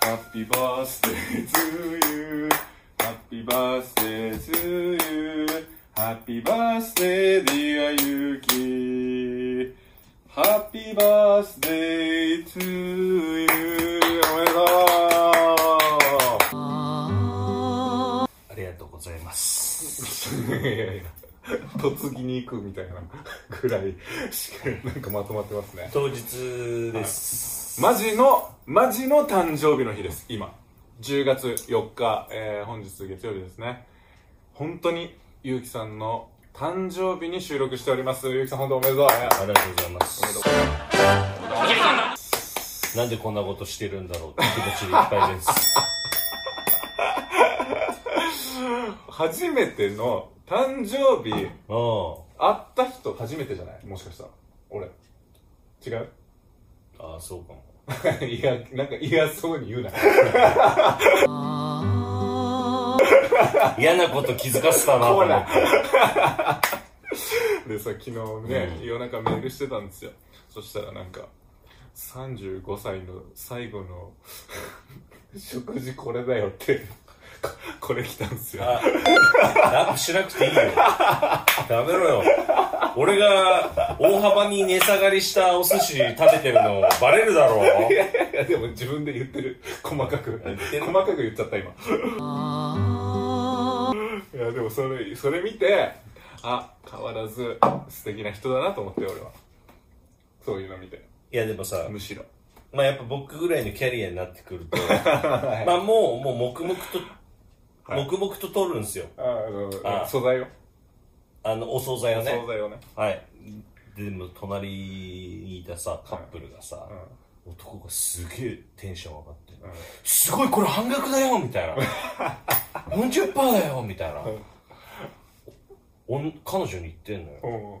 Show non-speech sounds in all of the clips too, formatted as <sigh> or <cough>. Happy birthday to you. Happy birthday to you. Happy birthday, dear Yuki. Happy birthday to you. おめでとありがとうございます。ういやいや、 <laughs> 突ぎに行くみたいなぐらいしっかりなんかまとまってますね。当日です。マジの、マジの誕生日の日です、今。10月4日、えー本日月曜日ですね。本当に、ゆうきさんの誕生日に収録しております。ゆうきさん、本当おめでとう。ありがとうございます。なんでこんなことしてるんだろうって気持ちでいっぱいです。初めての誕生日、会う。った人初めてじゃないもしかしたら。俺。違うんああ、そうかも。いや、なんか嫌そうに言うな。嫌なこと気づかせたなと思っほらて。 <laughs> でさ昨日ね、夜中メールしてたんですよそしたらなんか35歳の最後の <laughs> 食事これだよって <laughs> ここれ来たんですよあラップしなくていいよ。やめろよ。俺が大幅に値下がりしたお寿司食べてるのバレるだろう。いやいやでも自分で言ってる細かく言ってる細かく言っちゃった今いやでもそれそれ見てあ変わらず素敵な人だなと思って俺はそういうの見ていやでもさ、むしろまあやっぱ僕ぐらいのキャリアになってくると、まあもう、もう黙々と、はい黙々と取るんですよ。ああのあ素材を、あの、お惣菜をね素。材をねはい。でも隣にいたさ、カップルがさ、男がすげえテンション上がって、すごいこれ半額だよみたいな。40%だよみたいな。おん彼女に言ってんのよ。うんうん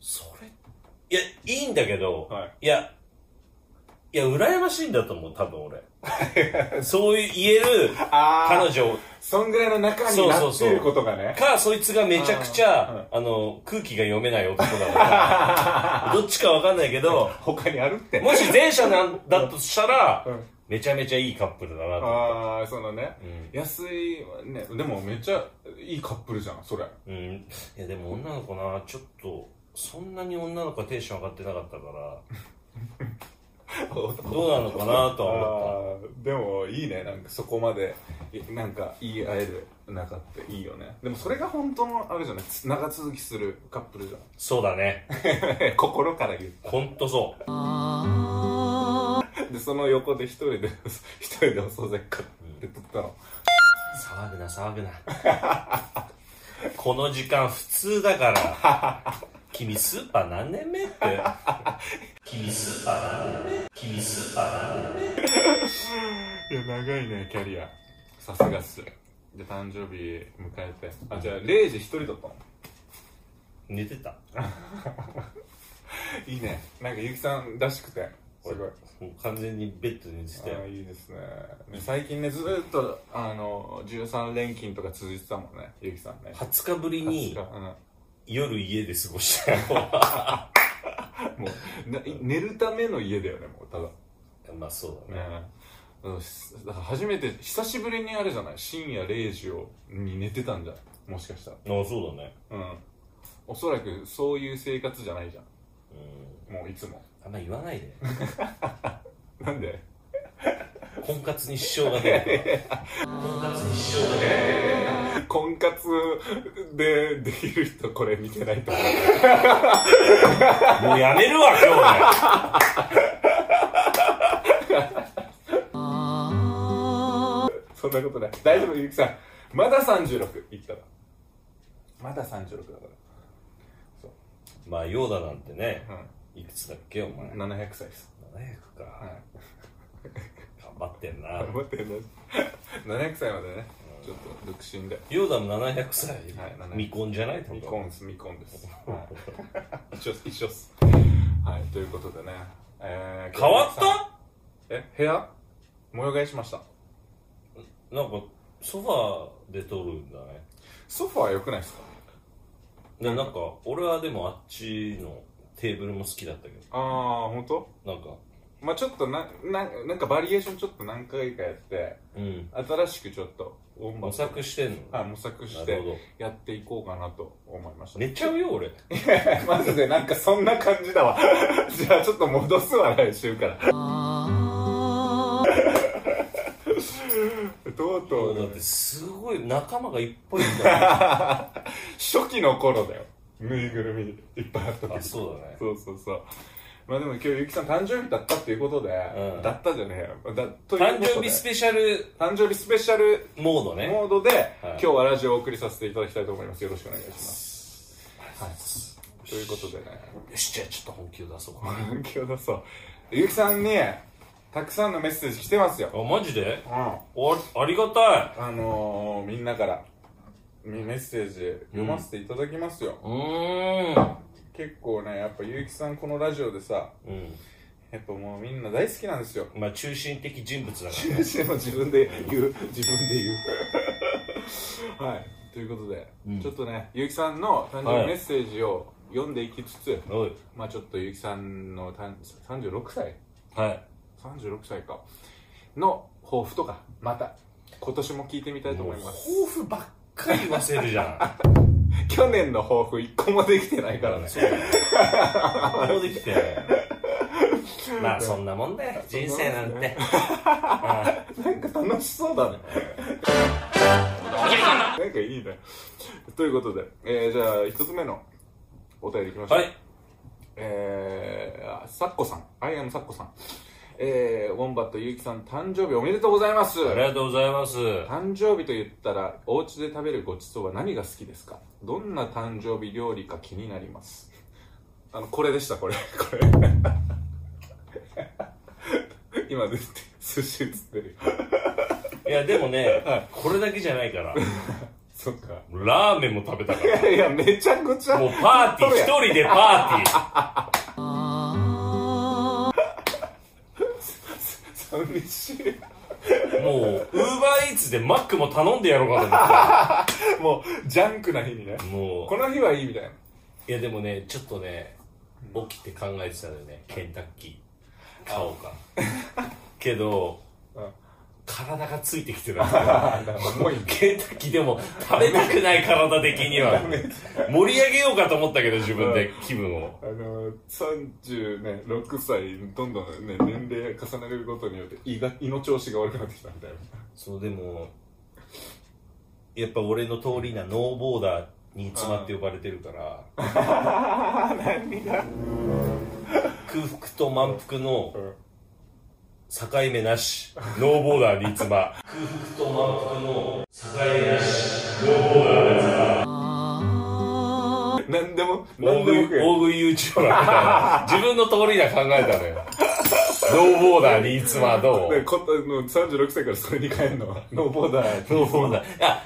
それ、いや、いいんだけど、、はいや、いや、羨ましいんだと思う、多分 <laughs> 俺。そういう言えるあー彼女そんぐらいの中になっていることがね。か、そいつがめちゃくちゃ、あの、空気が読めない男だ <laughs> から、どっちかわかんないけど、他にあるって。もし前者なんだとしたらうん、めちゃめちゃいいカップルだなと。ああ、そのね、安いわね。でもめっちゃいいカップルじゃん、それ。うん。いや、でも女の子な、ちょっと、そんなに女の子はテンション上がってなかったから、どうなのかなとは思 <laughs> っあた。ーでもいいね、なんかそこまで、いなんか言い合える仲っていいよね。でもそれが本当の、あれじゃない、つ長続きするカップルじゃん。 <laughs> そうだね。心から言う。ほんとそう。で、その横で一人で、一人でお惣菜買って撮ったの。騒ぐな騒ぐなこの時間普通だから君スーパー何年 <laughs> 目って君スーパー何年目君スーパー何年目いや、長いね、キャリア。さすがっす。で、誕生日迎えて。あ、じゃあ、0時一人だったの寝てたいいね。なんか、ゆきさんらしくて。すごい。もう完全にベッドに寝てたよあーいいですね。ね最近ね、ずーっと、あの、13連勤とか続いてたもんね、ゆきさんね。 20日ぶりにに夜家で過ごしたよ <laughs> うん、もうな寝るための家だよね、もう、ただ。まあそうだねねうんしだから初めて、久しぶりにあれじゃない深夜0時をに寝てたんじゃん。もしかしたら。あそうだねうん。おそらく、そういう生活じゃないじゃん。うんもういつも。あんま言わ <laughs> ないでなんで婚活に支障が出るから婚活に支障が出る婚活でできる人これ見てないと思う。もうやめるわ今日ね <laughs> そんなことない。大丈夫、ゆきさん。まだ36いったら。まだ36だかまあ、ヨーダなんてね、ういくつだっけ、お前。ら。700歳です。 700か。はい。頑張ってんな。待ってね。700歳までね、ちょっと独身で。ヨーダも700歳。はい700未婚じゃない未と婚です、未婚です。はい一緒っす、一緒っす。はい、ということでね。えー変わっ今日はたゆきさんえ、部屋模様替えしました。なんか、ソファーで撮るんだね。ソファー良くないですかで、なんか、俺はでもあっちのテーブルも好きだったけあー、ほんとど、なんか、まあちょっとなななんかバリエーションちょっと何回かやってうん。新しくちょっと音模楽索してんのあ模索しなてるほどやっていこうかなと思いました寝ちゃうよ、俺。 <laughs> マジでなんかそんな感じだわ <laughs> じゃあちょっと戻すわ来週 <laughs> からとうとうだね、ってすごい仲間がいっぱいいる <laughs> から。初期の頃だよぬいぐるみいっぱいあった時あ、そうだね。そうそうそうまあでも今日ゆきさん誕生日だったっていうことで、んだったじゃねえよだという誕ことで生日スペシャル誕生日スペシャルモードね。モードで、今日はラジオをお送りさせていただきたいと思いますよろしくお願いしますはいということでね <laughs> よし、じゃあちょっと本気を出そうかな。今日だそうゆきさんにたくさんのメッセージ来てますよあ、マジでうんあおありがたい。のー、みんなからみメッセージ読ませていただきますよ、うーん。結構ねやっぱゆきさんこのラジオでさうん。やっぱもうみんな大好きなんですよ <laughs> まあ、中心的人物だか中心も自分で言う自分で言う <laughs> はいということで、うんちょっとねゆうきさんの誕生日メッセージを読んでいきつつ、ら。おい。まあちょっとゆうきさんの誕36歳はい。 36歳かの抱負とかまた今年も聞いてみたいと思います抱負ばっかり忘れるじゃん。去年の抱負一個もできてないからねそうだね。もうできてない。まあそんなもんだよ、人生なんて。なんか楽しそうだねなんかいいねということで、えーじゃあ1つ目のお便りいきましょうはい。えー、あサッコさん、アイアムサッコさん、えー、ウォンバットゆうきさん、誕生日おめでとうございます。ありがとうございます。誕生日と言ったら、お家で食べるごちそうは何が好きですかどんな誕生日料理か気になります。あの、これでした、これ。これ。今出て、寿司映ってるよ。いや、でもね、これだけじゃないから、そっか。ラーメンも食べたかいやいや、めちゃくちゃら。。もうパーティー、一人でパー寂しい。ティー。もう、ウーバーイーツでマックも頼んでやろうかもう、ジャンクな日にね。と思っ <laughs> こて。もの日はいいみたいな。う、いやでもね、ちょっとね、起きて考えてたのよね、ケンタッキー買おうか。けどうん、体がついてきてない。あー、重いね。ケンタッキーでも食べたくない体的 <laughs> には盛り上げようかと思ったけど自分で気分をあの36歳どんどん、ね、年齢重ねることによって胃が胃の調子が悪くなってきたみたいなそうでもやっぱ俺の通りなノーボーダーに妻って呼ばれてる <laughs> から空腹と満腹の境目なしノーボーダーに妻空腹と満腹の境目なしノーボーダーに妻 <laughs> 何でも何大食でもい食え大食い YouTuber みたいな自分の通りな考えたのよノーボーダーに妻はどうでこあの36歳からそれに変えるのは <laughs> ノーボーダーノーボーダー。あ、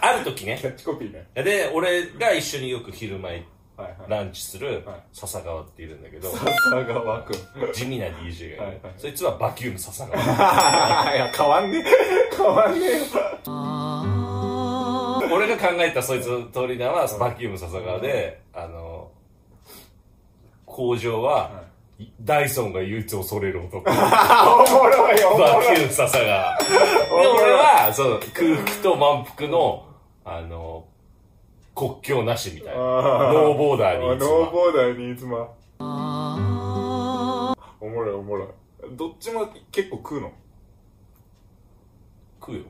ある時ねキ。ャッチコピーねで、俺が一緒によく昼前はいはいランチするはい笹川っているんだ <laughs> けど、笹川 <laughs> 君地味な DJ がいるはいはい。そいつはバキューム笹 <laughs> 川。いや変わんねえ変わんねえよ俺が考えたそいつの通り名はバキューム笹川で、あの、工場は、ダイソンが唯一恐れる男。 <laughs> バあおもろいおキもろいューム笹川。で、俺は、その空腹と満腹の、あの、国境なしみたいな。あーノーボーダーにいつ <laughs> ノーも。ボーダーにいつもおもろいおもろいどっちも結構食うの食うよ。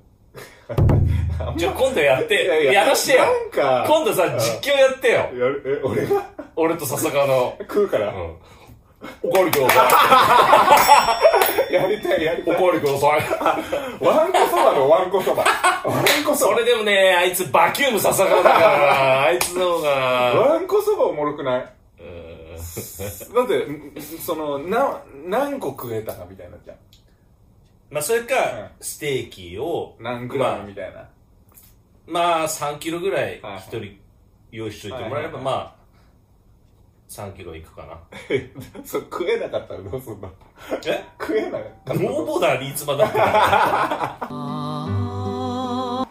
じゃあ今度やって、やらしてよ。なんか今度さ、実況やってよ。やるえ俺が俺と笹川の。食うから、うん。おかわりくださ <laughs> やりたいやりい。おたいかわりください。わんこそばのわんこそばわんこそそれでもね、あいつバキューム笹川だから <laughs> な。あいつの方ばが。わんこそばおもろくないうーんだってんそのな何個食えたかみたいになっちゃうまあそれうんか、ステーキを、何グラムみたいな、まあ3キロぐらいはいはい一人用意しといてもらえれば、はいはまあ、3キロいくかな。 <laughs> そう食えなかったらどうすんだえ食えなかったら <laughs> ノーボーダーにいつまだってないノー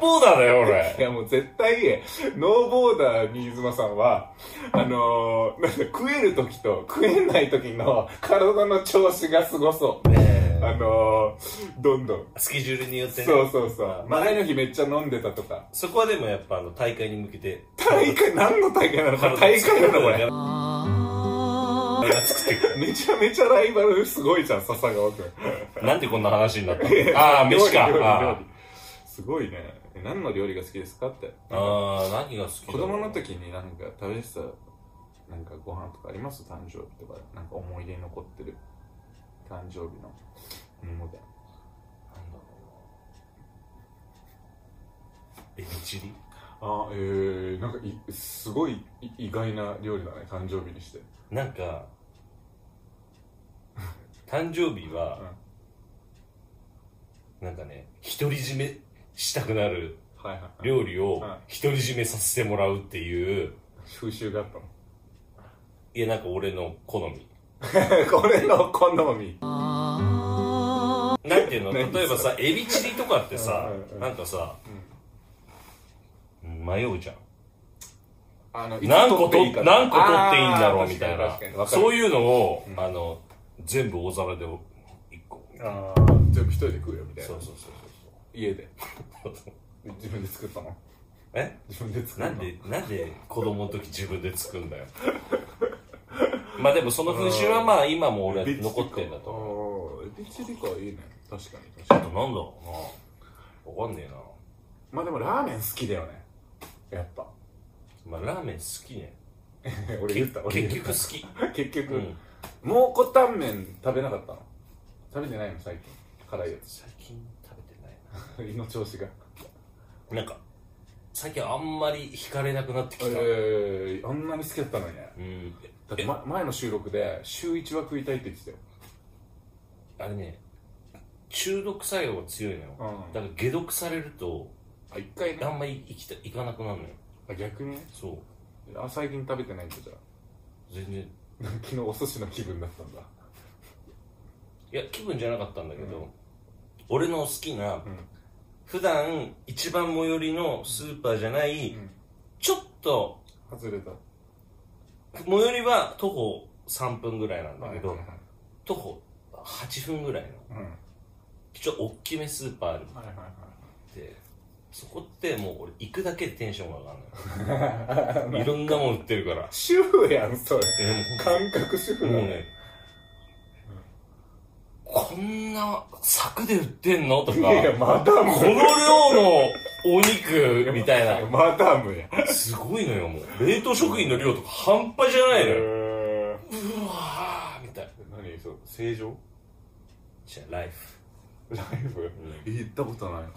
ボボーダーだよ、い俺。やもう絶対、ノーボーダー新妻さんは、あのー、なんか食える時と食えない時の体の調子がすごそう。ねあのー、どんどん。えスケジュールによってね。そうそうそう。まあ前の日めっちゃ飲んでたとか。そこはでもやっぱあの大会に向けて。大会、何の大会なのか <laughs> 大会なのこれ。体作っていく <laughs> めちゃめちゃライバルすごいじゃん、笹川くん。なんでこんな話に <laughs> なったのああ、飯か。料理料理料あ理すごいね。え何の料理が好きですかって。ーあー、何が好きだ子ろう供の時になんか食べてたなんかご飯とかあります誕生日とかなんか思い出に残ってる誕生日のものでなんだろうなエビチリあえー、なんかいすごいい意外な料理だね誕生日にしてなんか、誕生日は、なんかね、独り占めしたくなるはいはい、はい、料理をうん独り占めさせてもらうっていう、風習があったのいや、なんか俺の好み。 <laughs> これの好みなんていうの何例えばさ、エビチリとかってさうんうんう、んなんかさ、迷うじゃん。あの何個取いっつて取いいいんいだろあうーみたい確かに確かにな。わかるそういうのを、あの、全部大皿で1個。あー全部一人で食うよみたいなそうそうそう家でそうそう。自分で作ったのえ自分で作なったのんで、なんで子供の時自分で作るんだよ。 <laughs> まあでもその風習はまあ今も俺は残ってんだと思う。とエビチリかいいね確かに確あかとになんだろうな。わかんねえな。まあでもラーメン好きだよねやっぱ <laughs> まあラーメン好きね。俺言った俺結言っ局た <laughs> 好き。結局うん蒙古タンメン食べなかったの食べてないの最近辛いや最近食べてなつ <laughs> い胃の調子がな。なんか、最近あんまり惹かれなくなってきた。えー、あんなに好きだったのにねうん。だって、ま、前の収録で週一は食いたいって言ってたよあれね、中毒作用が強いのよ。うんだから解毒されると、あ一回あねんまり行きた行かなくなるのよ。あ逆にねそう。あ最近食べてないんだじゃあ <laughs> 全然。昨日お寿司の気分だったんだいや、気分じゃなかったんだけど、俺の好きな、ん普段一番最寄りのスーパーじゃない、んちょっと、外れた最寄りは徒歩3分ぐらいなんだけど、はいはい徒歩8分ぐらいの、はいうんちょっと大きめスーパーあるはいはいはいって、そこってもう俺行くだけでテンションが上が <laughs> るのよ。いろんなもん売ってるから。主婦やんそれえもう感覚主婦だもうねね、こんな柵で売ってんのとか、いやいやマダムこの量のお肉みたいマダムやな、すごいのよ、もう。冷凍食品の量とか半端じゃないのよ。えうわーみたいな。ー何そう正常じゃあ、ライライブ、行ったことないな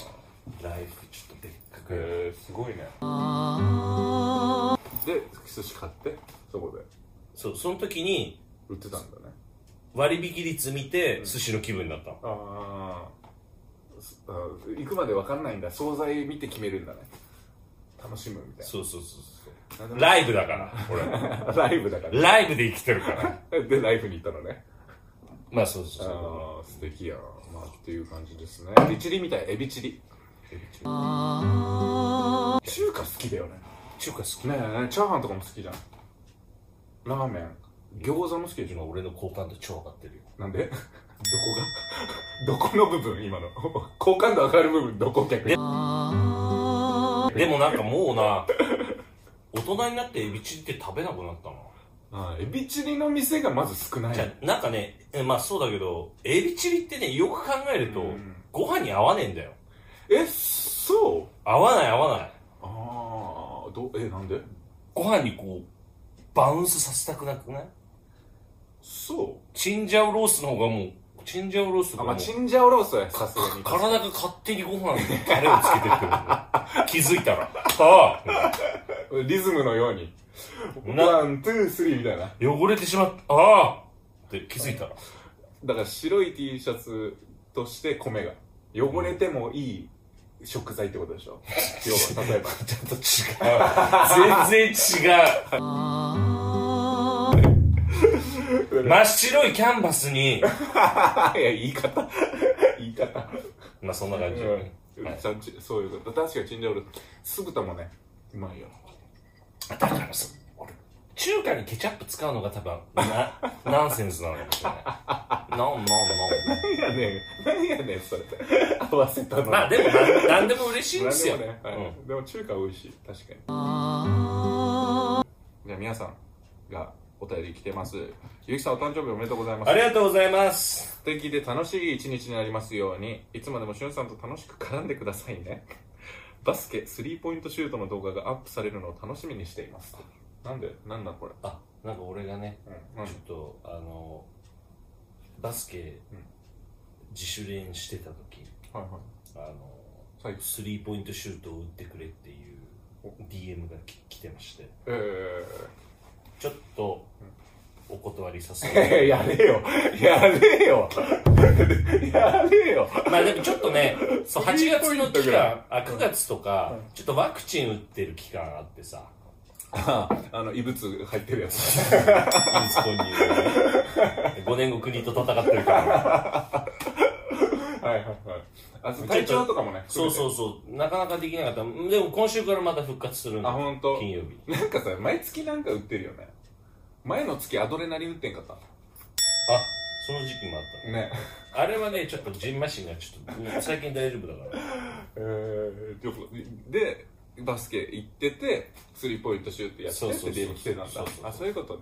フ。ライフ、ちょっとでっかく。えー、すごいねで寿司買ってそこでそう、その時に、売ってたんだね割引率見て、寿司の気分になったの。ああ行くまで分かんないんだ惣菜見て決めるんだね楽しむみたいそうそうそなうそう。ライブだから、俺。イライブだか <laughs> ライブで生きてるから。ら <laughs> でライブに行ったのねまあ、そうそうそう。ああ素敵やな、まあ、っていう感じですねエビチリみたいエビチリ中華好きだよね中華好きねえねえチャーハンとかも好きじゃんラーメン餃子も好きでし今ょ俺の好感度超上がってるよなんでどこが <laughs> どこの部分今の好感度上がる部分どこ逆にでもなんかもうな大人になってエビチリって食べなくなったなああエビチリの店がまず少ないじゃあなんかねえまあそうだけどエビチリってねよく考えるとうんご飯に合わねえんだよえそう合わない合わないああどえなんでご飯にこうバウンスさせたくなくないそチンジャオロースの方がもうチンジャオロースうがあもまうあチンジャオロースはさすがに体が勝手にご飯にタレをつけてくる <laughs> の気づいたらああリズムのようになワンツースリーみたいな汚れてしまったああって気づいたらだから白い T シャツとして米が汚れてもいい食材ってことでしょ要は例え <laughs> ばちょっと違う。全然違う。真っ白いキャンバスに、いや言い方言い方まあそんな感じ。うんはいちゃんちそういうこと確かにチンジャオロース酢豚もねうまいよだからさ、俺、中華にケチャップ使うのが多分、な、ナンセンスなのかもしれない。ノンノンノ何やねん何やねんそれ合わせたのン。まあでも、なんなんでも嬉しいんですよ。何でもね、はいうんでも中華美味しい確かにじゃあ皆さんがお便り来てますゆきさんお誕生日おめでとうございますありがとうございます。素敵で楽しい一日になりますようにいつまでもしゅんさんと楽しく絡んでくださいねバスケスリーポイントシュートの動画がアップされるのを楽しみにしていますなんでなんだこれあ、なんか俺がね、うん、うんちょっと、あの、バスケうん、自主練してた時、はいはいあはの、いスリーポイントシュートを打ってくれっていう DM がき来てまして、えちょっと、お断りさせてー、 <laughs> やれよやれよ <laughs> やれよまあでもちょっとね、そう8スリーポ月インのト期ぐらい間、あ9月とか、ちょっとワクチン打ってる期間あってさ、ああの異物入ってるやつインスコンに、5年後国と戦ってるから、はいはいはいあそう体調とかもねそうそううそう、なかなかできなかった。でも今週からまた復活するんであ本当。金曜日。なんかさ毎月なんか売ってるよね前の月アドレナリン打ってんかったあ、その時期もあっねたね。あれはね、ちょっとジンマシンがちょっと、最近大丈夫だから。えー、よくでバスケ行っててスリーポイントシュートやってそうそうそうってで来てたんそだうそうそうあそういうことね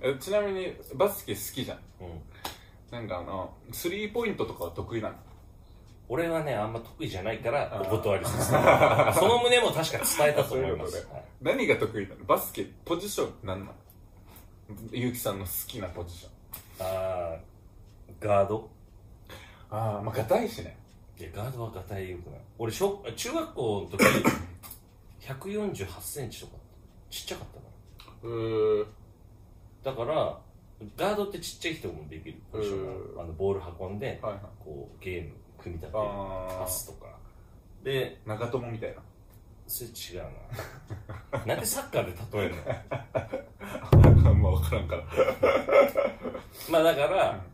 えちなみにバスケ好きじゃんうん。なんかあのスリーポイントとかは得意なの俺はね、あんま得意じゃないから、お断りさせても <laughs> らった。その旨も確か伝えたと思いまそういすう。何が得意なのバスケポジション何なのゆうきさんの好きなポジションはいあーガードああまあ硬いしねいや、ガードは硬いよくない。俺、小中学校の時、148センチとか、ちっちゃかったかうーら。だから、ガードってちっちゃい人もできるポジションうがあの、ボール運んで、はいはいこう、ゲーム組み立て、あーパスとか。で、長友みたいな <laughs> それ違うな。なんでサッカーで例えるのあんま分からんからまあだから、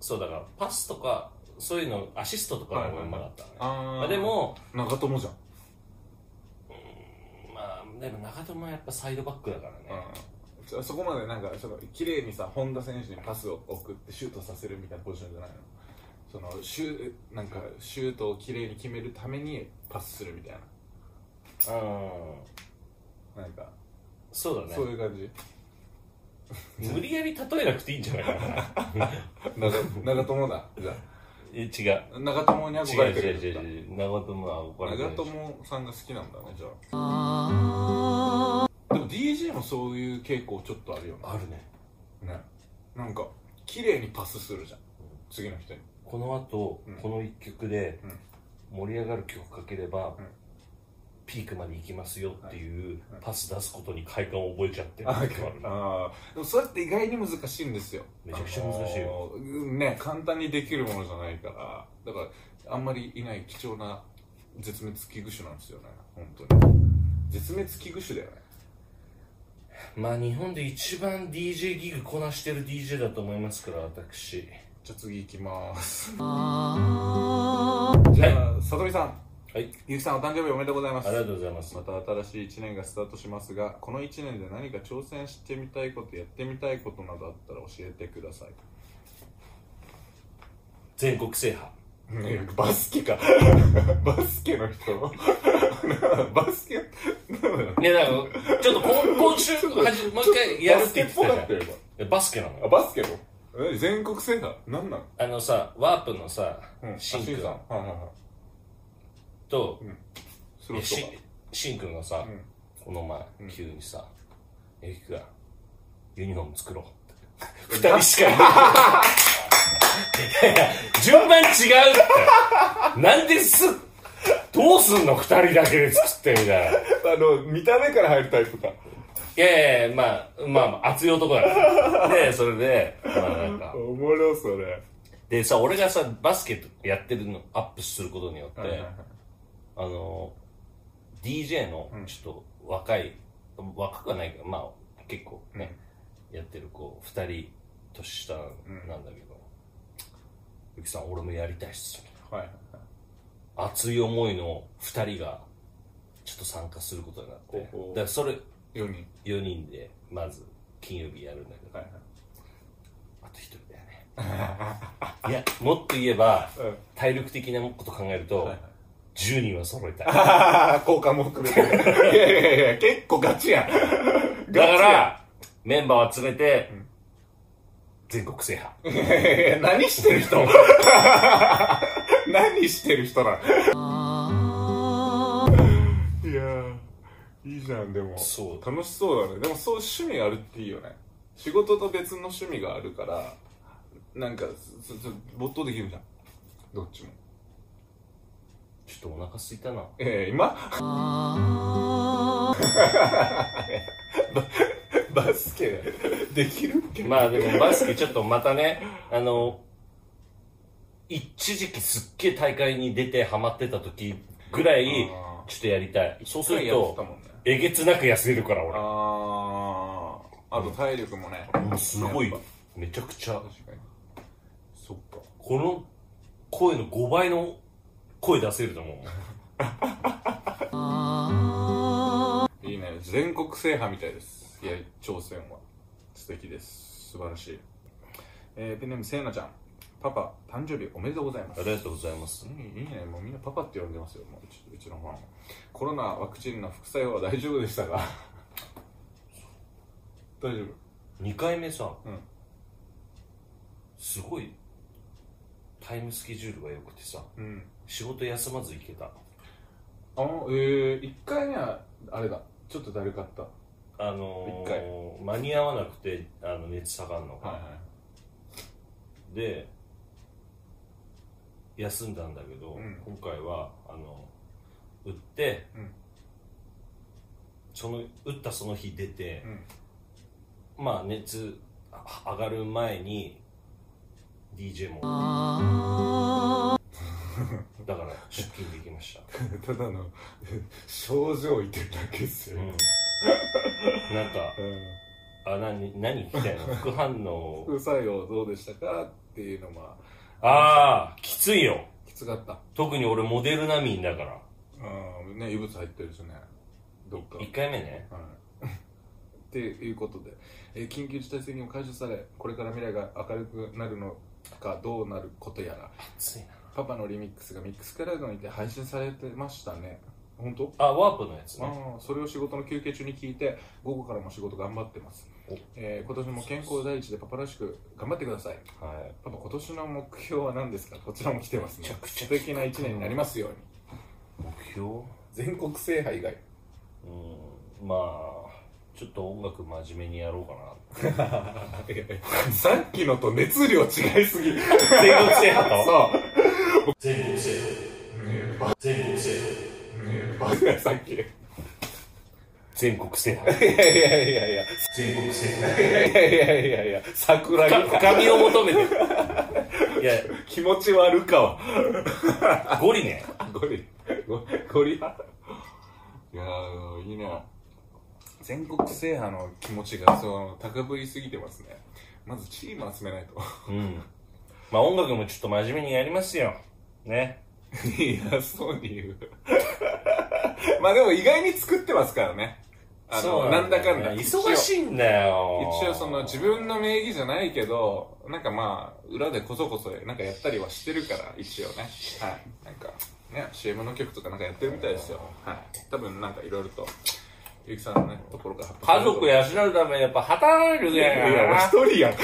そうだから、パスとか、そういうの、アシストとかの方がうまかったね。あまあでも、長友じゃんまあ、でも長友はやっぱサイドバックだからね。そそこまでなんかその綺麗にさ本田選手にパスを送ってシュートさせるみたいなポジションじゃないのそのシュなんかシュートを綺麗に決めるためにパスするみたいうん。ななんかそうだね。そういう感じ無理やり例えなくていいんじゃない <laughs> かな長長友だじゃえ違う違うあ長友に憧れて違うる違う違う長友は怒られて長る友さんが好きなんだねじゃあでも DJ もそういう傾向ちょっとあるよねあるねねなんか綺麗にパスするじゃん次の人にこの後、うんこの一曲でうん盛り上がる曲かければ、うんピークまで行きますよっていうパス出すことに快感を覚えちゃってる時もあるねあーでもそれって意外に難しいんですよめちゃくちゃ難しいよあのーね簡単にできるものじゃないからだからあんまりいない貴重な絶滅危惧種なんですよね本当に絶滅危惧種だよねまあ日本で一番 DJ ギグこなしてる DJ だと思いますから私じゃあ次行きますじ <laughs> ゃあさとみさんはいゆきさんお誕生日おめでとうございますありがとうございますまた新しい1年がスタートしますがこの1年で何か挑戦してみたいことやってみたいことなどあったら教えてください全国制覇ねえバスケか <laughs> バスケの人 <laughs> バスケいやだからちょ <laughs> っと今今週はじもう一回やるって言ってたじゃんいバスケっぽかったよ今やバスケなのよあバスケのえ全国制覇なんなのあのさ、ワープのさ、シンシンくさんんはいはいはいと、スロッシトシンくんがさ、んこの前、急にさ、ゆきくん、ユニフォーム作ろう <laughs> って。二人しかいない。いやいや順番違うって。なんです、どうすんの二人だけで作ってみたいな。いがあの見た目から入るタイプかやいやいや、まあ、まあまあ、熱い男だから。で、それで、まあなんかお、もろそれでさ、俺がさ、バスケットやってるのアップすることによって、あの、DJ のんちょっと若い、若くはないけど、まあ結構ね、やってる子、二人年下なんだけど、ゆきさん、俺もやりたいっす。はいはいはい熱い思いの2人がちょっと参加することになってほうほうだからそれ4人4人でまず金曜日やるんだけどはいあと1人だよ <laughs> ねいやもっと言えばはい、うん体力的なこと考えると、はいはい10人は揃えたいだかああ、交換も含めて。いやいやいや、結構 <laughs> ガチやん。ガチやんらメンバーを集めて、全国制覇いやいやいや <laughs> 何してる人何してる人なのいやー、いいじゃん、でも。そう楽しそうだね。でもそう趣味があるっていいよね。仕事と別の趣味があるから、なんか、ずず没頭できるじゃん。どっちも。ちょっとお腹すいたなえー、今 <laughs> ババスケできるっけまあでもバスケちょっとまたね、あの、一時期すっげえ大会に出てハマってた時ぐらいあ、ちょっとやりたい。そうすそうるやってたと、もんね。えげつなく痩せるから俺。あああと体力もね、もうすごいやっ、めちゃくちゃぱ、確かにそっかこの声の5倍の声出せると思う。いいね全国制覇みたいですいや挑戦は素敵です素晴らしいえー、ペンネームせいなちゃんパパ誕生日おめでとうございますありがとうございます。うんいいねもうみんなパパって呼んでますよもううちうちのファンはコロナワクチンの副作用は大丈夫でしたか大丈夫2回目さ、うんすごいタイムスケジュールが良くてさ、うん仕事休まず行けた。あえー、1回目はあれだちょっとだるかったはあのー、間に合わなくてあの熱下がるのが、いで休んだんだけど、うん今回はあの打って、うんその打ったその日出てう、んまあ熱あ上がる前に DJ も <laughs> だから出勤できましたた、だの症状いてるだけですよ、うんなんかあ何何みたいな副反応副作用どうでしたかっていうのはああきついよきつかった特に俺モデルナミンだからうんね異物入ってるしねどっか、はい、 1回目ねっていうことで、えー緊急事態宣言も解除されこれから未来が明るくなるのかどうなることやら暑いなパパのリミックスがミックスクラウドにて配信されてましたね本当あワープのやつねああそれを仕事の休憩中に聞いて午後からも仕事頑張ってますお、えー今年も健康第一でパパらしく頑張ってくださいはいパパ今年の目標は何ですかこちらも来てますねめちゃくちゃ素敵な一年になりますように目標う全国制覇以外んまあちょっと音楽真面目にやろうか <laughs> さっきのと熱量違いすぎ <laughs> な全国制覇とそ <laughs> 全国制覇全国制覇うバカさっきいや全国制覇いやいやいや全国制 <laughs> 覇いやいやいやいや桜木か深みを求めていや気持ち悪かわゴリねゴリゴゴリ派いやーいいな全国制覇の気持ちがその高ぶりすぎてますねまずチーム集めないと <laughs> うんまあ音楽もちょっと真面目にやりますよねいやそうに言う <laughs> まあでも意外に作ってますからねあのうなんだかんだよ忙しいんだよ一応その自分の名義じゃないけどなんかまあ裏でこそこそなんかやったりはしてるから一応ねはいなんかね CM の曲とかなんかやってるみたいですよはい多分なんかいろいろとゆきさんのねところが家族や養うためにやっぱ働いてるいぜやいや俺一人 <laughs> やん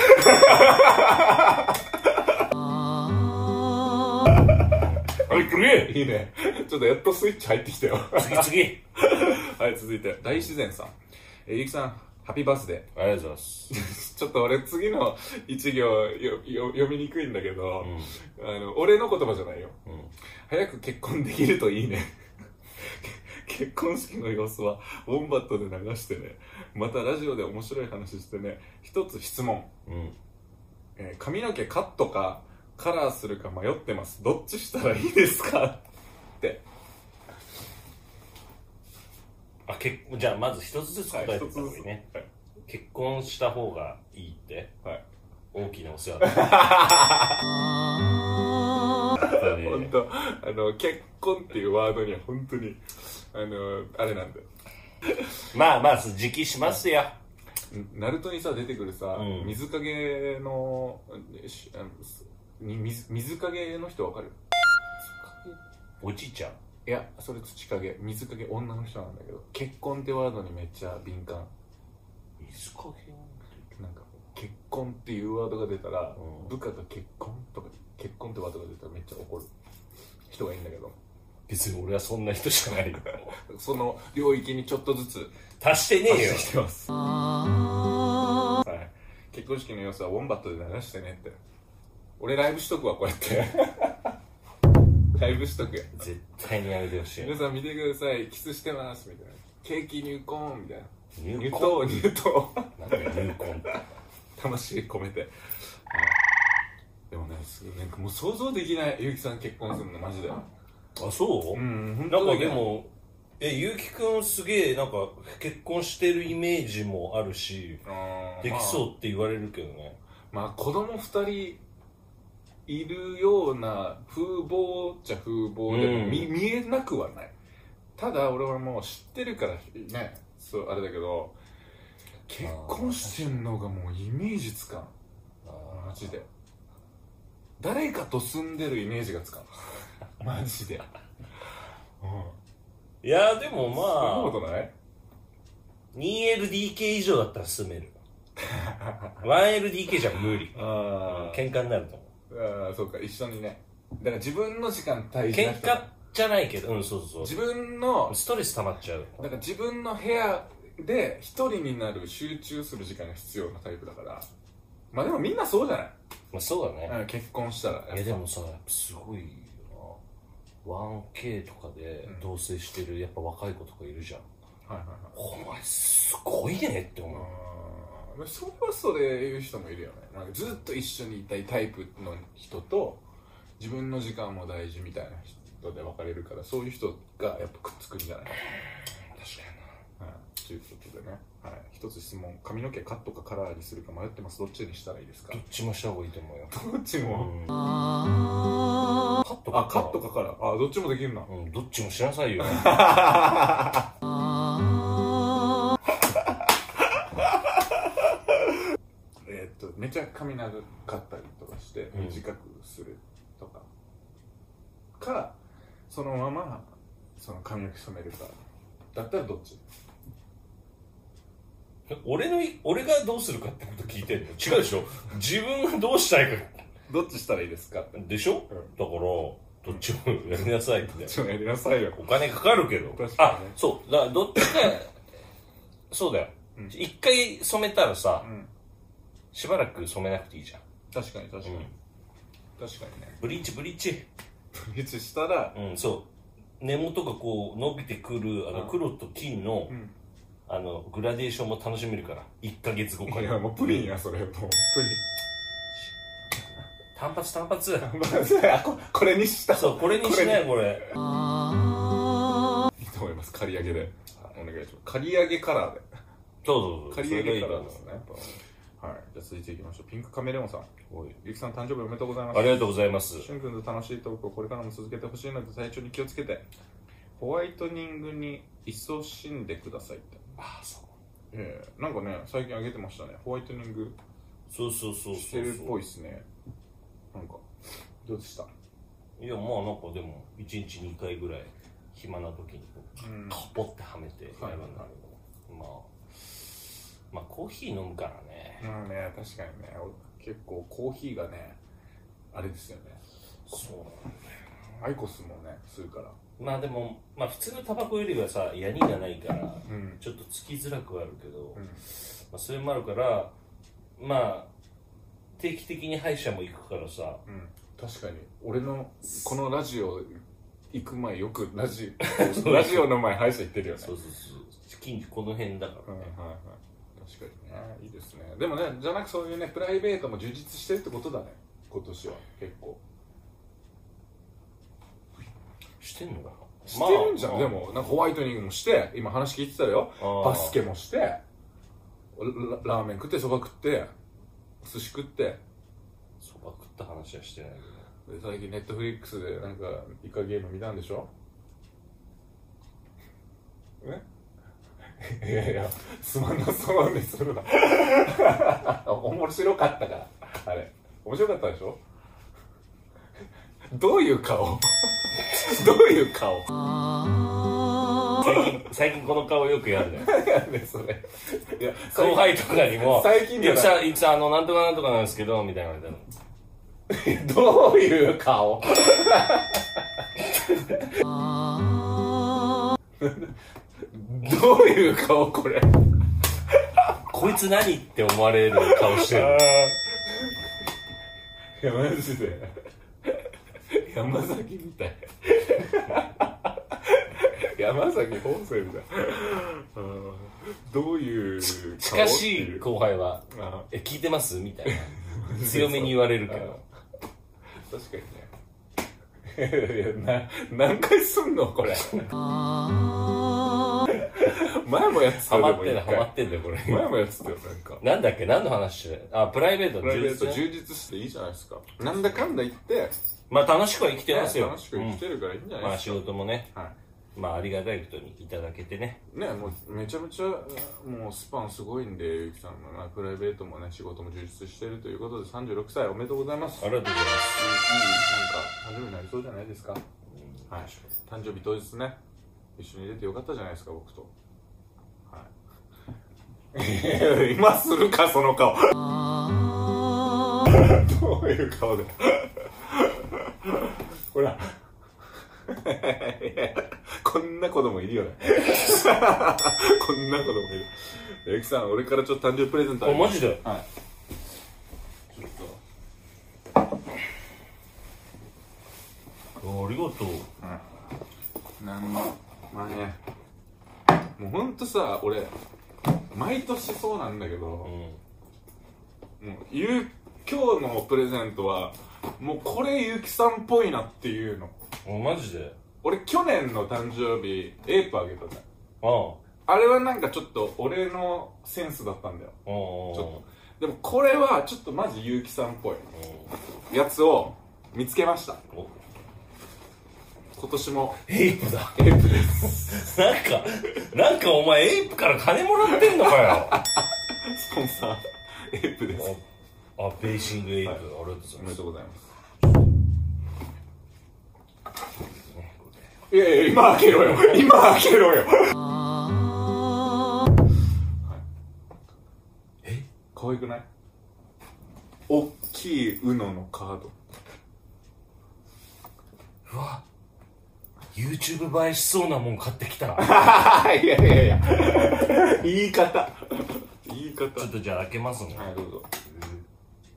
はいくれいいねちょっとやっとスイッチ入ってきたよ次次はい続いて大自然さんえーゆきさんハッピーバースデーありがとうございますちょっと俺次の一行よよ読みにくいんだけど、あの俺の言葉じゃないよ、ん早く結婚できるといいね <laughs> け結婚式の様子はウォンバットで流してねまたラジオで面白い話してね一つ質問、うんえー髪の毛カットかカラーするか迷ってますどっちしたらいいですかってあ結婚じゃあまず一つずつ答えて一った方がいいね、はい結婚した方がいいってはい <laughs> 大きなお世話だ当に。本当あの結婚っていうワードには本当にあのあれなんだよまあまあ、時期しますよ。ナルトにさ出てくるさ、うん水影のしあのすに水水影の人わかるおじいちゃん。いやそれ土影水影女の人なんだけど結婚ってワードにめっちゃ敏感水加減なんか結婚っていうワードが出たら、うん部下が結婚とか結婚ってワードが出たらめっちゃ怒る人がいいんだけど別に俺はそんな人しかないよ。その領域にちょっとずつ足してねえよ。してます、はい、結婚式の様子はウォンバットで流してねって俺ライブしとくわこうやって <laughs> ライブしとくよ絶対にやめてほしい。皆さん見てくださいキスしてますみたいなケーキ入婚みたいな入入婚党入党なんで入婚って。 <laughs> 魂込めてはいでもねすごいなんかもう想像できない結城さん結婚するのマジであ、そううん本な当んだかねでも、え、ゆうきくんすげえ、なんか、結婚してるイメージもあるし、うんできそうって言われるけどね。まあ、まあ子供二人いるような風貌っちゃ風貌でも、うんみ見えなくはないただ俺はもう知ってるからねそうあれだけど結婚してんのがもうイメージつかんマジで誰かと住んでるイメージがつか <laughs> んマジでうんいや、でもそんなこまあ、とない 2LDK 以上だったら住める。1LDK じゃ無理。あー喧嘩になると思あーそうか一緒にねだから自分の時間大う。事な喧人嘩じゃないけど、うん、そうそう自そ分のう。ストレス溜まっちゃう。なんか自分の部屋で一人になる集中する時間が必要なタイプだからまあでもみんなそうじゃないまあ、そうだね。うん結婚したらいやでもさやっぱすごいよな 1K とかで同棲してるやっぱ若い子とかいるじゃん、はいはいお前すごいねって思う、はいうんそれはそれ言う人もいるよねなんかずっと一緒にいたいタイプの人と自分の時間も大事みたいな人で分かれるからそういう人がやっぱくっつくんじゃない確かはいということでね、はい、一つ質問髪の毛カットかカラーにするか迷ってますどっちにしたらいいですかになどっちもした方がいいと思うよ、どっちうん、カットかあカットかカラーあどっちもできるなうんどっちもしなさいよえーっとめちゃ髪長かったりとかしてうん短くするとか、かそのままその髪の毛染めるかだったらどっち俺のい俺がどうするかってこと聞いてんの違うでしょ自分がどうしたいかどっちしたらいいですかってでしょ、うんだからどっちもやりなさいってちょっとやりなさいよお金かかるけど。確かあにね、そう。だからどっちか、そうだようん。一、回染めたらさ、うんしばらく染めなくていいじゃん。確かに確かに、うん確かにねブリーチブリーチ。ブリーチしたらうん、そう。根元がこう伸びてくる、あの、うん黒と金の、うんあの、グラデーションも楽しめるから。1ヶ月後かいやら。もうプリンやそれもうプ単発単発。リンまず <laughs> ここれにしたそう、これにしないこれ。いいと思います刈り上げでお願いします刈り上げカラーでそうそうそう。刈り上げカラーでそれがいいとす思ねはいじゃあ続いていきましょうピンクカメレオンさんうおいゆきさん誕生日おめでとうございますありがとうございます。しゅんくんと楽しいトークをこれからも続けてほしいので体調に気をつけてホワイトニングに勤しんでくださいってあ、そう。ええなんかね最近あげてましたねホワイトニングそうそうそうそう。してるっぽいっすねなんかどうでしたいやまあなんかでも1日2回ぐらい暇な時にこううんカポってはめてやるんだはいけど、まあまあコーヒー飲むからねまあね確かにねお結構コーヒーがねあれですよねそうアイコスもね吸うからまあでもまあ普通のタバコよりはさヤニがないからうんちょっとつきづらくはあるけど、うんまあ、それもあるからまあ定期的に歯医者も行くからさうん確かに俺のこのラジオ行く前よくラジ <laughs> オラジオの前歯医者行ってるよねそうそうそう近所この辺だかはらいはね、いはい確かにねいいですねでもねじゃなくそういうねプライベートも充実してるってことだね今年は結構してんのかなしてるんじゃん、まあでもなんかホワイトニングもして今話聞いてたよあーバスケもしてララーメン食ってそば食って寿司食ってそば食った話はしてないけどで最近ネットフリックスでなんかイカゲーム見たんでしょねいやいやすまんなそうにするな面白かったからあれ面白かったでしょどういう顔どういう顔最近、最近この顔よくやるね。やねそれいや後輩とかにも、最近じゃいないつあ、いつあの、なんとかなんとかなんですけど、みたいなの言われたのどういう顔 <laughs> どういう顔これこいつ何って思われる顔してる。いやマジで山崎みたい山崎本線だうんどういう顔近 <laughs> しい後輩は、あえ、聞いてますみたいな。強めに言われるけ <laughs> ど。確かにねいやな何回すんのこれ前もやってたハよマでっもてんだ、一ハマ回ってんだよ、これ。前もやってたよなんかなんだっけ何の話してるあ、プライベートプライベート充実ね充実していいじゃないですかなんだかんだ言ってまあ楽しくは生きてますよ。楽しく生きてるからいいんじゃうんないまあです仕事もね、か、はいまあありがたいことにいただけてね。ねもうめちゃめちゃもうスパンすごいんでゆきさんの、まあ、プライベートもね仕事も充実してるということで36歳おめでとうございますありがとうございます。いいなんか誕生日になりそうじゃないですかはい誕生日当日ね一緒に出てよかったじゃないですか僕とはい今するかその顔どういう顔でほらこんな子供いるよねこんな子供いるゆきさん俺からちょっと誕生日プレゼントああ、りまマすジではいちょっと。あありがとう。なんのまあねもうほんとさ俺毎年そうなんだけど、もうん。うゆう今日のプレゼントはもうこれゆきさんっぽいなっていうのおマジで俺去年の誕生日エープあげたじゃんああ。あれはなんかちょっと俺のセンスだったんだよちああ。ょっとでもこれはちょっとマジゆうきさんっぽいやつを見つけましたうんお今年もエイプだ。エープですなんか、なんかお前エイプから金もらってんのかよ。スポンサーエープですあ、ベーシングエイプ。ありがとうござおいめまですと。うございますいやいや、今開けろよ。今開けろよ。え可愛くない大きい UNO のカード。うわ YouTube 映えしそうなもん買ってきた <laughs> いやいやいや。言い方。言い方。ちょっとじゃあ開けますねはい、どうぞ。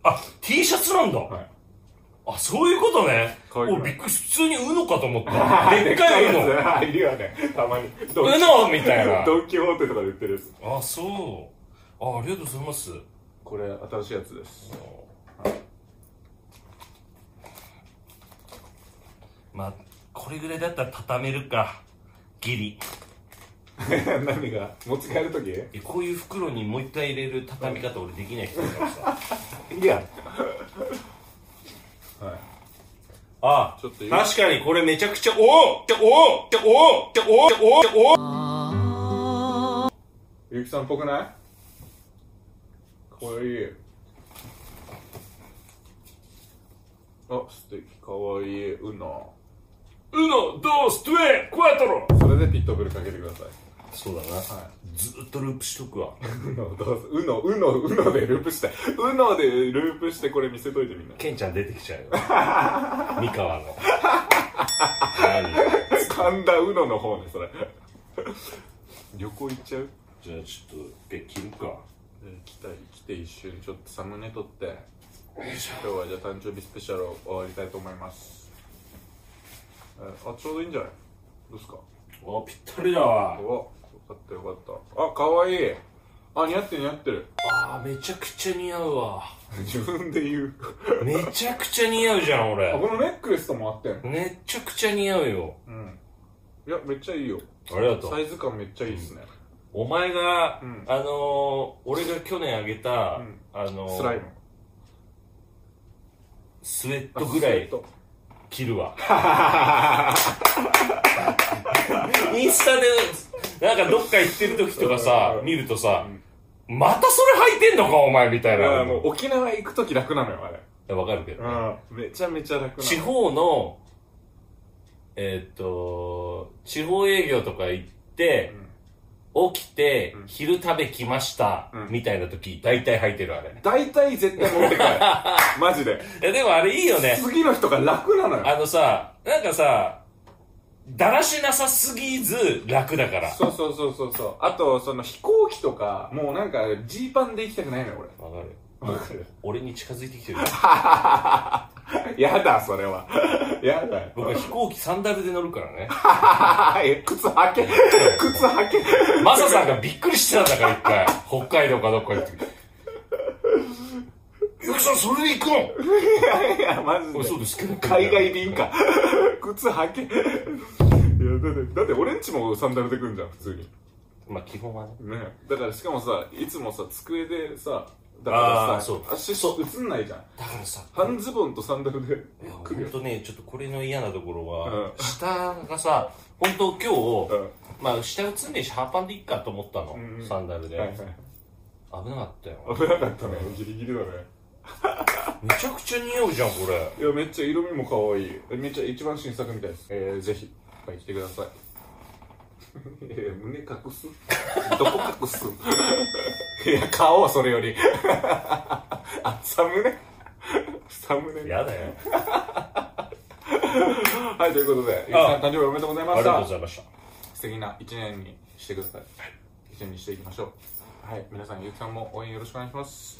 あ T シャツなんだ、はいあそういうことねかわいくおないびっくり普通に UNO かと思ったでっかい UNO やつはいるよね。たまに。ドン UNO みたいなドンキホーテとかで売ってるやつ。あそうあありがとうございますこれ、新しいやつです。 <laughs> まあこれぐらいだったら畳めるかギリ何が持ち帰るときえこういう袋にもう一回入れる畳み方俺できない人だからさいや。はい。あちょっと確かにこれめちゃくちゃおおっておおっておおっておおっておおっておおゆきさんっぽくないかわいいあ素敵かわいいうなうのどうすとえクワトロそれでピットブルかけてくださいそうだな、ずーっとループしとくわうのどうぞうのうのうのでループしてうのでループしてこれ見せといてみんなケンちゃん出てきちゃうよ三河の何神田うのの方ねそれ旅行行っちゃうじゃあちょっと一回切るかよ来た来て一瞬ちょっとサムネ撮っていし今日はじゃあ誕生日スペシャルを終わりたいと思いますえあちょうどいいんじゃないどうですかょおぴったりだわおよかったよかったあ可愛いいあ似合ってる似合ってる <laughs> あーめちゃくちゃ似合うわ自分で言うめちゃくちゃ似合うじゃんあこ俺のネックレスとも合ってんのめちゃくちゃ似合うようんいやめっちゃいいよありがとうサイズ感めっちゃいいっすね、お前が、うんあのー、俺が去年あげた、うんあのースライムスウェットぐらあスウェッいト着る <laughs> わインスタでなんかどっか行ってる時とかさうん見るとさまたそれ履いてんのかお前みたいなあの沖縄行く時楽なのよあれわかるけどねうんめちゃめちゃ楽な地方のえーっと地方営業とか行ってうん起きて昼食べきましたうんみたいな時大体履いてるあれ大体絶対持って <laughs> 帰るマジ <laughs> でえでもあれいいよね次の人が楽なのよあのさ、なんかさ、だらしなさすぎず楽だから。そうそうそうそうそうあとその飛行機とかもうなんかジーパンで行きたくないのよ俺わかる。わかる俺に近づいてきてる。 <laughs> やだそれは <laughs> やだよ僕は飛行機サンダルで乗るからね。え靴履 <laughs> け靴履けマサさんがびっくりしてたんだから一回。北海道かどっか行って。 <laughs> ゆきさん、それで行くのいやマジ俺そうでですけど。海外便か <laughs> 靴履けいやだってだって俺んちもサンダルで来るじゃん普通にまあ基本はね。ねだからしかもさいつもさ机でさだあからーさそう足そう映んないじゃんだからさ、半ズボンとサンダルでほ来るんよとね、ちょっとこれの嫌なところうんは、下がさ、本当うん今日、まあ下映んねえし、ハーパンでいっかと思ったのうんう。んサンダルではい。はい危なかったよ。危なかったねギリギリだねめちゃくちゃ似合うじゃん、これ。いやめっちゃ色味も可愛いめっちゃ一番新作みたいですえー、ぜひいっぱい来てください <laughs> えー、胸隠す <laughs> どこ隠す <laughs> いや顔はそれより <laughs> あサムネ <laughs> サムネやだよ。はいということでゆきさん誕生日おめでとうございあまりしがたとうございました。素敵な一年にしてください。一年にしていきましょう。はい、皆さん、ゆうきさんも応援よろしくお願いします。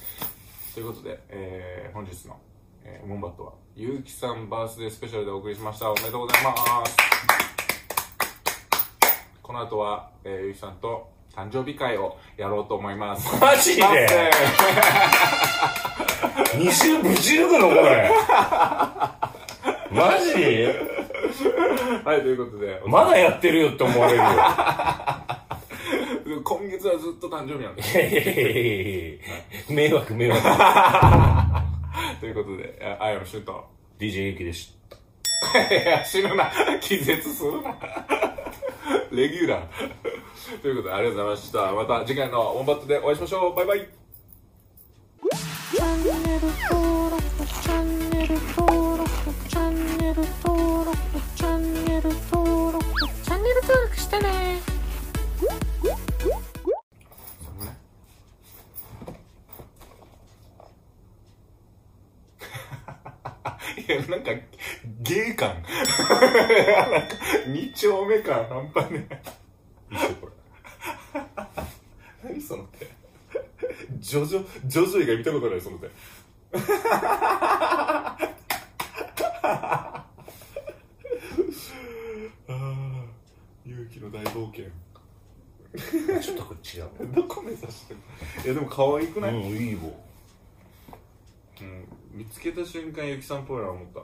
ということで、えー、本日の、えー、モンバットは、ゆうきさんバースデースペシャルでお送りしました。おめでとうございます。この後は、えー、ゆうきさんと誕生日会をやろうと思います。マジバースデで二週ぶち抜くのこれ。マジーはい、ということで、まだやってるよって思われるよ。今月はずっと誕生日なんです。へへへへ迷惑迷惑。ということで、ああやむしゅうと。 DJ ゆきでしいや、死ぬな。気絶するな。レギュラー。ということで、ありがとうございました。また次回のオンバットでお会いしましょう。バイバイ。チャンネル登録チャンネル登録チャンネル登録チャンネル登録チャンネル登録してねいや、なんか、ゲイ感。なんか、二丁目感半端ねえ。た。一緒これ。何その手。ジョジョ、ジョジョ以外見たことない、その手。ああ、勇気の大冒険。ちょっとこれ違う。 <laughs> どこ目指してるいや、でも可愛くない、うん、いいわ。うん見つけた瞬間ゆきさんっぽいな思った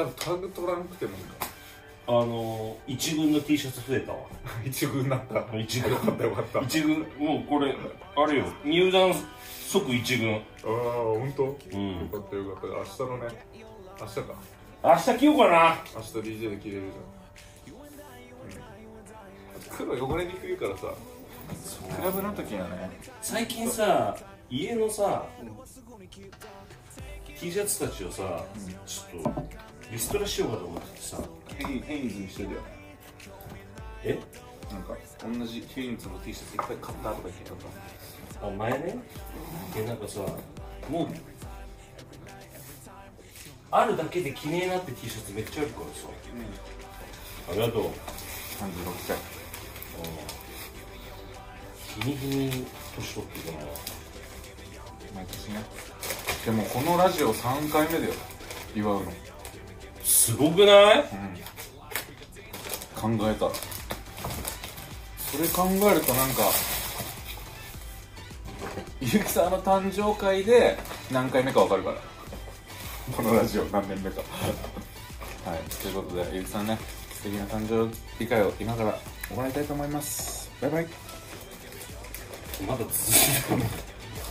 多分タグ取らなくてもいいか <laughs> あのー、一軍の T シャツ増えたわ。ら一軍になった一軍。よかったよかった一軍、もうこれ、あれよ。入団即一軍。ああ本当。んよかったよかった明日のね明日か明日着ようかな。明日 DJ で着れるじゃん、うん、黒汚れにくいからさクラブの時はね最近さ家のさ T シャツたちをさ、ちょっとリストラしようかと思っててさヘイヘインズにしてるよねえなんか同じヘインズの T シャツいっぱい買ったとか言ってたあ前ねでなんかさもうあるだけで着ねえなって T シャツめっちゃあるからさ、ありがとう36歳日に日に年取っていくな毎年ねでもこのラジオ3回目だよ祝うのすごくない考えたらそれ考えるとなんか結城さんの誕生会で何回目か分かるからこのラジオ何年目かはいということで結城さんね素敵な誕生日会を今から行いたいと思いますバイバイまだ続いてる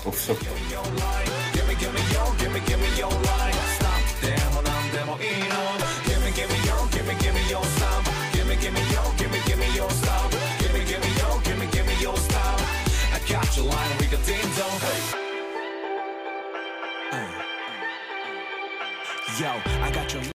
オフショット Give me, give me your, give me, give me your life. Stop でもなんでもいいの Give me give me your give me give me your stop Give me give me your give me give me your stop Give me give me your give me give me your stop I got your line we got ding dong hey Yo I got your